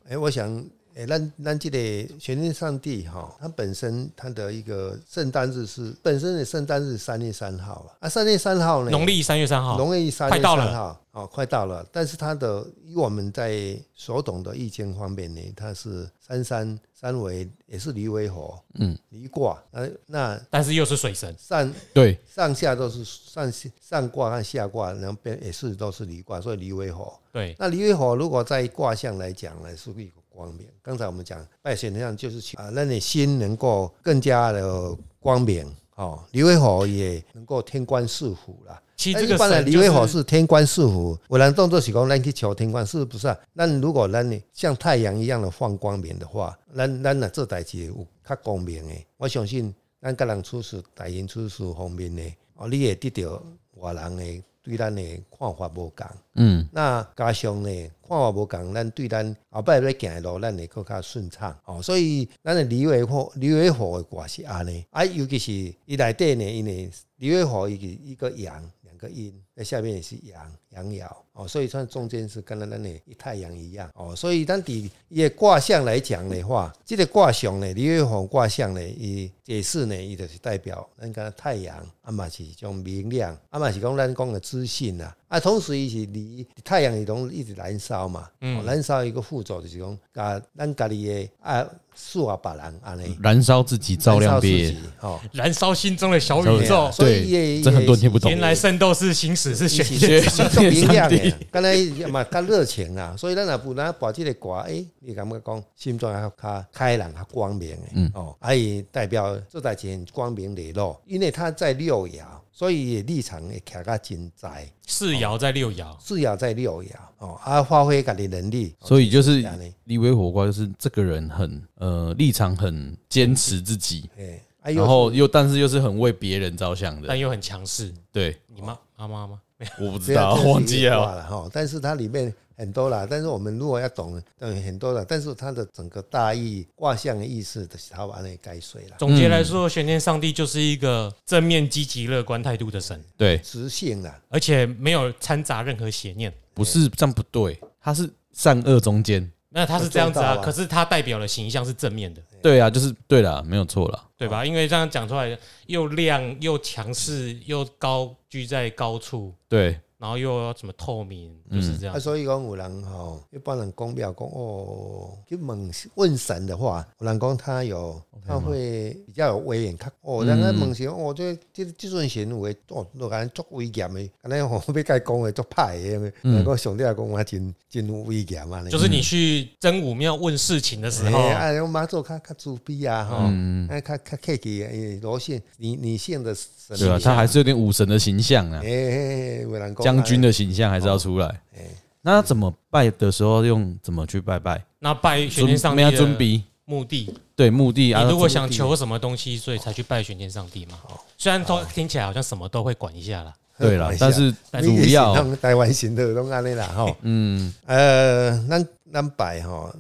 [SPEAKER 3] 哎、我想，哎、咱咱这个玄天上帝哈，他本身他的一个圣诞日是本身的圣诞日三月三号啊，啊，三月三号呢，
[SPEAKER 1] 农历三月三号，
[SPEAKER 3] 农历三
[SPEAKER 1] 啊快
[SPEAKER 3] 月
[SPEAKER 1] 到
[SPEAKER 3] 三
[SPEAKER 1] 了
[SPEAKER 3] 号，哦，快到了。但是它的以我们在所懂的易经方面呢，它是三山三为也是离为火，嗯，离卦，呃，那
[SPEAKER 1] 但是又是水神，
[SPEAKER 3] 上
[SPEAKER 2] 对，
[SPEAKER 3] 上下都是上上卦和下卦，然后边也是都是离卦，所以离为火。
[SPEAKER 1] 对，
[SPEAKER 3] 那离月火如果在卦象来讲呢，是一个光明。刚才我们讲拜玄天上就是去啊，让你心能够更加的光明哦。离月火也能够天官赐福啦。
[SPEAKER 1] 其实这
[SPEAKER 3] 那哎一
[SPEAKER 1] 个
[SPEAKER 3] 般的
[SPEAKER 1] 神
[SPEAKER 3] 离月火
[SPEAKER 1] 就是
[SPEAKER 3] 是天官赐福，我人动作是讲咱去求天官，是不是、啊？那如果咱呢像太阳一样的放光明的话，咱咱啊若做代志有较光明的，我相信咱个人处事、待人处事方面呢，哦，你会得到外人的对咱的看法无同。
[SPEAKER 2] 嗯，
[SPEAKER 3] 那加上呢，看法无共，咱对咱后摆要行的路，咱会更加顺畅哦。所以咱的李维火、李维火的卦是安尼，啊，尤其是伊内底呢，因为李维火一个一个阳，两个阴，在下面也是阳阳爻哦，所以算中间是跟咱咱的太阳一样哦。所以咱伫伊的卦象来讲的话，这个卦象呢，李维火卦象呢，伊解释呢，伊就是代表咱讲太阳啊嘛是一种明亮，啊嘛是讲咱讲的资讯啦，啊，同时伊是离太阳伊拢一直燃烧嘛，
[SPEAKER 2] 嗯
[SPEAKER 3] 哦燃烧一个副作就是讲，甲咱家己的啊，树啊，别人安尼
[SPEAKER 2] 燃烧自己嗯照亮别人，，
[SPEAKER 3] 哦，
[SPEAKER 1] 燃烧心中的小
[SPEAKER 2] 烧
[SPEAKER 1] 宇宙
[SPEAKER 3] 啊，所以
[SPEAKER 2] 对，
[SPEAKER 3] 也
[SPEAKER 2] 这很多人听不懂
[SPEAKER 1] 原，来圣斗士行驶是玄天，
[SPEAKER 3] 是是种明
[SPEAKER 2] 上
[SPEAKER 3] 亮
[SPEAKER 2] 帝
[SPEAKER 3] 的，刚才嘛较热情啦，所以咱若不咱把这个歌，诶、你感觉讲心中较较开朗、较光明的，哦，啊伊代表做代志很光明磊落，因为他在六爻，所以他的立场会徛较真在，
[SPEAKER 1] 四爻在六爻，
[SPEAKER 3] 四爻在六爻，哦，啊发挥家己能力，
[SPEAKER 2] 所以就是
[SPEAKER 3] 这样呢
[SPEAKER 2] 立威火锅，就是这个人很呃立场很坚持自己，
[SPEAKER 3] 诶、哎
[SPEAKER 2] 然后又但是又是很为别人着想的
[SPEAKER 1] 但，又很强势。
[SPEAKER 2] 对，
[SPEAKER 1] 你妈妈妈吗？
[SPEAKER 2] 我不知
[SPEAKER 3] 这样
[SPEAKER 2] 道，
[SPEAKER 3] 这是
[SPEAKER 2] 忘记
[SPEAKER 3] 一个
[SPEAKER 2] 了
[SPEAKER 3] 卦。了哈。但是它里面很多啦，但是我们如果要懂，嗯，很多啦，但是它的整个大意卦象的意思，就是它把那该水啦，
[SPEAKER 1] 总结来说，玄天上帝就是一个正面、积极、乐观态度的神，
[SPEAKER 2] 对，
[SPEAKER 3] 直性啊啦，
[SPEAKER 1] 而且没有掺杂任何邪念。
[SPEAKER 2] 不是这样不对，他是善恶中间。
[SPEAKER 1] 那他是这样子
[SPEAKER 3] 我
[SPEAKER 1] 啊
[SPEAKER 3] 知，道啊
[SPEAKER 1] 可是他代表的形象是正面的，
[SPEAKER 2] 对啊，就是对啦，没有错啦。
[SPEAKER 1] 对
[SPEAKER 3] 哦
[SPEAKER 1] 吧？因为这样讲出来，又亮又强势又高，居在高处，
[SPEAKER 2] 对，
[SPEAKER 1] 然后又要怎么透明，就是这样
[SPEAKER 3] 啊，。所以讲有人吼、一般人讲表讲哦，去问问神的话，有人讲他有，他会比较有威严较哦，
[SPEAKER 2] 嗯
[SPEAKER 3] 人家问神哦，这这这阵神有诶，哦，都讲足威 严的，安尼吼要甲伊讲诶足歹诶，
[SPEAKER 2] 嗯
[SPEAKER 3] 人讲上帝也讲我真真有威严啊，
[SPEAKER 1] 就是你去真武庙问事情的
[SPEAKER 2] 哦
[SPEAKER 1] 时候
[SPEAKER 3] 哎，，啊，我妈做较较自卑啊，吼，
[SPEAKER 2] 嗯
[SPEAKER 3] 啊，较较客气的，因为罗姓女女性的神
[SPEAKER 2] 对啊，他还是有点武神的形象啊
[SPEAKER 3] 哎，，哦哎有人讲
[SPEAKER 2] 将军
[SPEAKER 3] 的，
[SPEAKER 2] 的形象还是要出来。
[SPEAKER 3] 哎
[SPEAKER 2] 那他怎么拜的时候用怎么去拜拜？
[SPEAKER 1] 那拜玄天上帝
[SPEAKER 2] 没有尊
[SPEAKER 1] 的
[SPEAKER 2] 比，
[SPEAKER 1] 目的，
[SPEAKER 2] 对目的啊。
[SPEAKER 1] 你如果
[SPEAKER 2] 尊
[SPEAKER 1] 想求什么东西，所以才去拜玄天上帝嘛。
[SPEAKER 2] 哦
[SPEAKER 1] 虽然都听起来好像什么都会管一下啦，
[SPEAKER 2] 对啦
[SPEAKER 3] 哎，
[SPEAKER 2] 但是
[SPEAKER 3] 你也
[SPEAKER 2] 主
[SPEAKER 3] 是
[SPEAKER 2] 要
[SPEAKER 3] 弄台湾神的拢安尼啦，吼，
[SPEAKER 2] 嗯，
[SPEAKER 3] 呃，咱咱拜吼，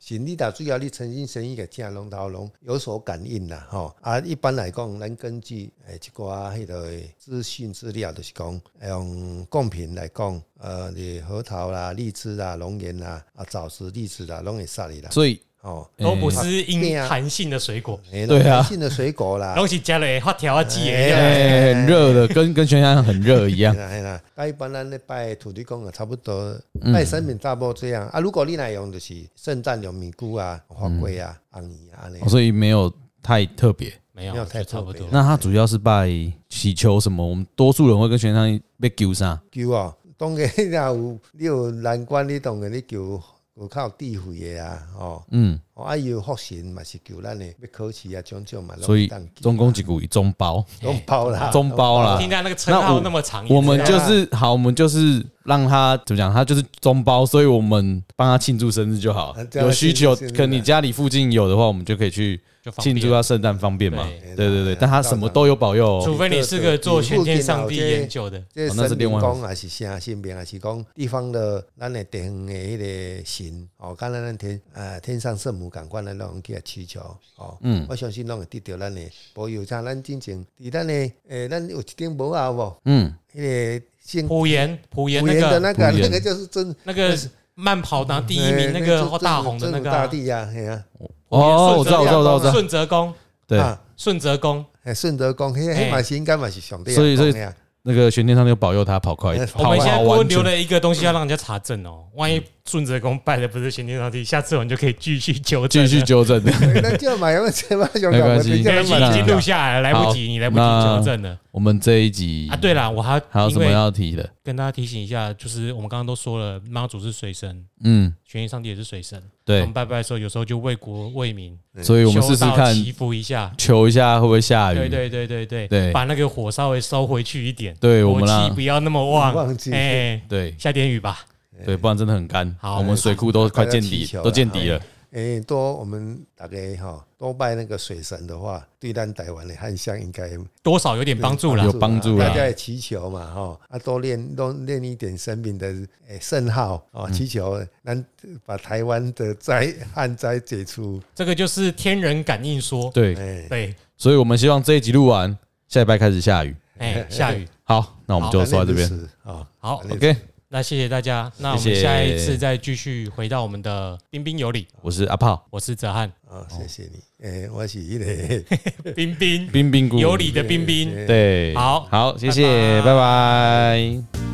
[SPEAKER 3] 神你打主要你诚心诚意个正龙头龙有所感应啦，吼啊，一般来讲，咱根据诶一寡迄个资讯资料，就是讲呃用贡品来讲，呃，你核桃啦、荔枝啦、龙眼啦、啊枣子、荔枝啦，拢会杀你啦。
[SPEAKER 2] 所以
[SPEAKER 3] 哦，
[SPEAKER 1] 都不
[SPEAKER 2] 欸
[SPEAKER 1] 是因
[SPEAKER 3] 对啊
[SPEAKER 1] 弹性的水果，
[SPEAKER 3] 哎
[SPEAKER 2] 对啊
[SPEAKER 3] 弹性的水果啦，
[SPEAKER 1] 东西加了发条啊、季
[SPEAKER 3] 哎
[SPEAKER 1] 耶，
[SPEAKER 2] 哎，很热的，跟跟全香很热一样
[SPEAKER 3] 系。啦系啦，甲一般咱咧拜土地公啊，差不多
[SPEAKER 2] 嗯
[SPEAKER 3] 拜神明差不多这样啊。如果你来用就是圣诞用米菇啊、花龟啊、红鱼啊安尼
[SPEAKER 2] 哦，所以没有太特别。
[SPEAKER 1] 没有，
[SPEAKER 3] 没有
[SPEAKER 1] 就
[SPEAKER 3] 太
[SPEAKER 1] 差不
[SPEAKER 3] 特别
[SPEAKER 1] 多。
[SPEAKER 2] 那他主要是拜祈求什么？我们多数人会跟玄奘被救啥？
[SPEAKER 3] 球哦。当然，你若有你有难关，你当然你求有较有智慧的啊，哦，
[SPEAKER 2] 嗯，
[SPEAKER 3] 哦啊有福神嘛是求咱的，要考试啊，种种嘛，
[SPEAKER 2] 所以
[SPEAKER 3] 拢有
[SPEAKER 2] 中宫几股中包，
[SPEAKER 3] 拢包 啦，
[SPEAKER 2] 中包啦
[SPEAKER 3] 拢
[SPEAKER 1] 听到那个称号那么长，
[SPEAKER 2] 啊我们
[SPEAKER 1] 也知道
[SPEAKER 2] 就是好，我们就是让他怎么讲，他就是中包，所以我们帮他庆祝生日就好
[SPEAKER 3] 啊。这样
[SPEAKER 2] 有需求，
[SPEAKER 3] 庆祝生日啊
[SPEAKER 2] 可能你家里附近有的话，我们就可以去
[SPEAKER 1] 就方便
[SPEAKER 2] 庆祝他圣诞方便嘛。
[SPEAKER 3] 对
[SPEAKER 2] 对对
[SPEAKER 3] 对
[SPEAKER 2] 对，但他什么都有保佑
[SPEAKER 1] 除
[SPEAKER 2] 哦。
[SPEAKER 1] 非你是个做玄天上帝
[SPEAKER 3] 你附近啊
[SPEAKER 1] 研究的，
[SPEAKER 3] 这
[SPEAKER 2] 哦那是
[SPEAKER 3] 神
[SPEAKER 2] 另
[SPEAKER 3] 明
[SPEAKER 2] 外
[SPEAKER 3] 讲也是啥神明，也是讲地方的咱的地方的迄个神哦，敢若咱天呃天上圣母感官咱拢去祈求哦，嗯，我相信拢会得到咱的保佑。像咱之前伫咱的诶，咱有一顶帽啊，有无？
[SPEAKER 2] 嗯，
[SPEAKER 3] 迄个姓
[SPEAKER 1] 朴妍，朴妍
[SPEAKER 3] 古
[SPEAKER 1] 那
[SPEAKER 3] 人的那
[SPEAKER 1] 个
[SPEAKER 3] 个
[SPEAKER 2] 古
[SPEAKER 3] 那
[SPEAKER 2] 言
[SPEAKER 3] 个就是真
[SPEAKER 1] 那个慢跑拿第一
[SPEAKER 3] 哎
[SPEAKER 1] 名，那个
[SPEAKER 3] 就
[SPEAKER 1] 大红的
[SPEAKER 3] 真
[SPEAKER 1] 那
[SPEAKER 3] 真
[SPEAKER 1] 个
[SPEAKER 3] 大
[SPEAKER 1] 啊
[SPEAKER 3] 地呀，哎呀，
[SPEAKER 2] 哦，我知道，我知道，我知道，我知道。
[SPEAKER 1] 顺泽宫，
[SPEAKER 2] 对，
[SPEAKER 3] 啊
[SPEAKER 1] 顺泽宫，
[SPEAKER 3] 哎顺德讲，迄
[SPEAKER 1] 哎
[SPEAKER 3] 迄嘛是应该嘛是上帝啊
[SPEAKER 2] 所以所以
[SPEAKER 3] 讲的啊
[SPEAKER 2] 那个玄天上帝保佑他跑快
[SPEAKER 3] 哎，
[SPEAKER 1] 我
[SPEAKER 2] 跑
[SPEAKER 1] 们现在
[SPEAKER 2] 跑
[SPEAKER 1] 多
[SPEAKER 2] 完
[SPEAKER 1] 留
[SPEAKER 2] 全。
[SPEAKER 1] 了一个东西要让人家查证哦，
[SPEAKER 2] 嗯
[SPEAKER 1] 万一顺泽宫拜的不是玄天上帝，下次我们就可以继续纠正
[SPEAKER 2] 继
[SPEAKER 1] 了。
[SPEAKER 2] 续 纠正。
[SPEAKER 3] 哎那就嘛，因为这嘛上啊
[SPEAKER 2] 没关系
[SPEAKER 1] 对，已经已经录下来了，来不及，
[SPEAKER 2] 好
[SPEAKER 1] 你来不及纠正了
[SPEAKER 2] 我们这一集
[SPEAKER 1] 啊！对了，我还
[SPEAKER 2] 还有什
[SPEAKER 1] 因
[SPEAKER 2] 么
[SPEAKER 1] 为
[SPEAKER 2] 要提的？
[SPEAKER 1] 跟大家提醒一下，就是我们刚刚都说了，妈祖是水神，
[SPEAKER 2] 嗯，
[SPEAKER 1] 玄天上帝也是水神，我
[SPEAKER 2] 对
[SPEAKER 1] 们，拜拜的时候有时候就为国为民，
[SPEAKER 2] 所以我们试试
[SPEAKER 1] 修道
[SPEAKER 2] 看，
[SPEAKER 1] 祈福一下。
[SPEAKER 2] 求一下会不会下雨？
[SPEAKER 1] 对对对对对
[SPEAKER 2] 对
[SPEAKER 1] 把那个火稍微收回去一点，
[SPEAKER 2] 对我
[SPEAKER 1] 火
[SPEAKER 2] 们啦
[SPEAKER 1] 气不要那么旺，
[SPEAKER 3] 忘记
[SPEAKER 1] 哎，
[SPEAKER 2] 对
[SPEAKER 1] 下点雨吧，
[SPEAKER 2] 对，不然真的很干。
[SPEAKER 1] 好
[SPEAKER 2] 我们水库都快见
[SPEAKER 3] 大家
[SPEAKER 2] 底
[SPEAKER 3] 祈求，啦
[SPEAKER 2] 都见底了。
[SPEAKER 1] 哎
[SPEAKER 3] 诶、哎多我们大概哈多拜那个水神的话，对咱台湾的汉香应该
[SPEAKER 1] 多少有点帮助啦
[SPEAKER 2] 有。帮助啦
[SPEAKER 3] 大家也祈求嘛哈，啊多练多练一点生命的诶圣号哦，
[SPEAKER 2] 嗯
[SPEAKER 3] 祈求能把台湾的灾旱灾解除。哎
[SPEAKER 1] 这个就是天人感应说，
[SPEAKER 2] 对，
[SPEAKER 3] 诶、
[SPEAKER 1] 对，
[SPEAKER 2] 所以我们希望这一集录完，下礼拜开始下雨。
[SPEAKER 1] 哎，下雨。
[SPEAKER 2] 好，那我们就说到这边。
[SPEAKER 3] 啊，
[SPEAKER 1] 好，
[SPEAKER 2] OK，
[SPEAKER 1] 那谢谢大家，那我
[SPEAKER 2] 谢
[SPEAKER 1] 们
[SPEAKER 2] 谢
[SPEAKER 1] 下一次再继续回到我们的彬彬有礼，
[SPEAKER 2] 我是阿炮，
[SPEAKER 1] 我是泽汉，
[SPEAKER 3] 哦，谢谢你。诶、我是一个
[SPEAKER 1] 彬彬
[SPEAKER 2] 冰冰菇
[SPEAKER 1] 有礼的彬彬。
[SPEAKER 2] 对，
[SPEAKER 1] 好
[SPEAKER 2] 好，谢
[SPEAKER 1] 拜
[SPEAKER 2] 谢，
[SPEAKER 1] 拜
[SPEAKER 2] 拜拜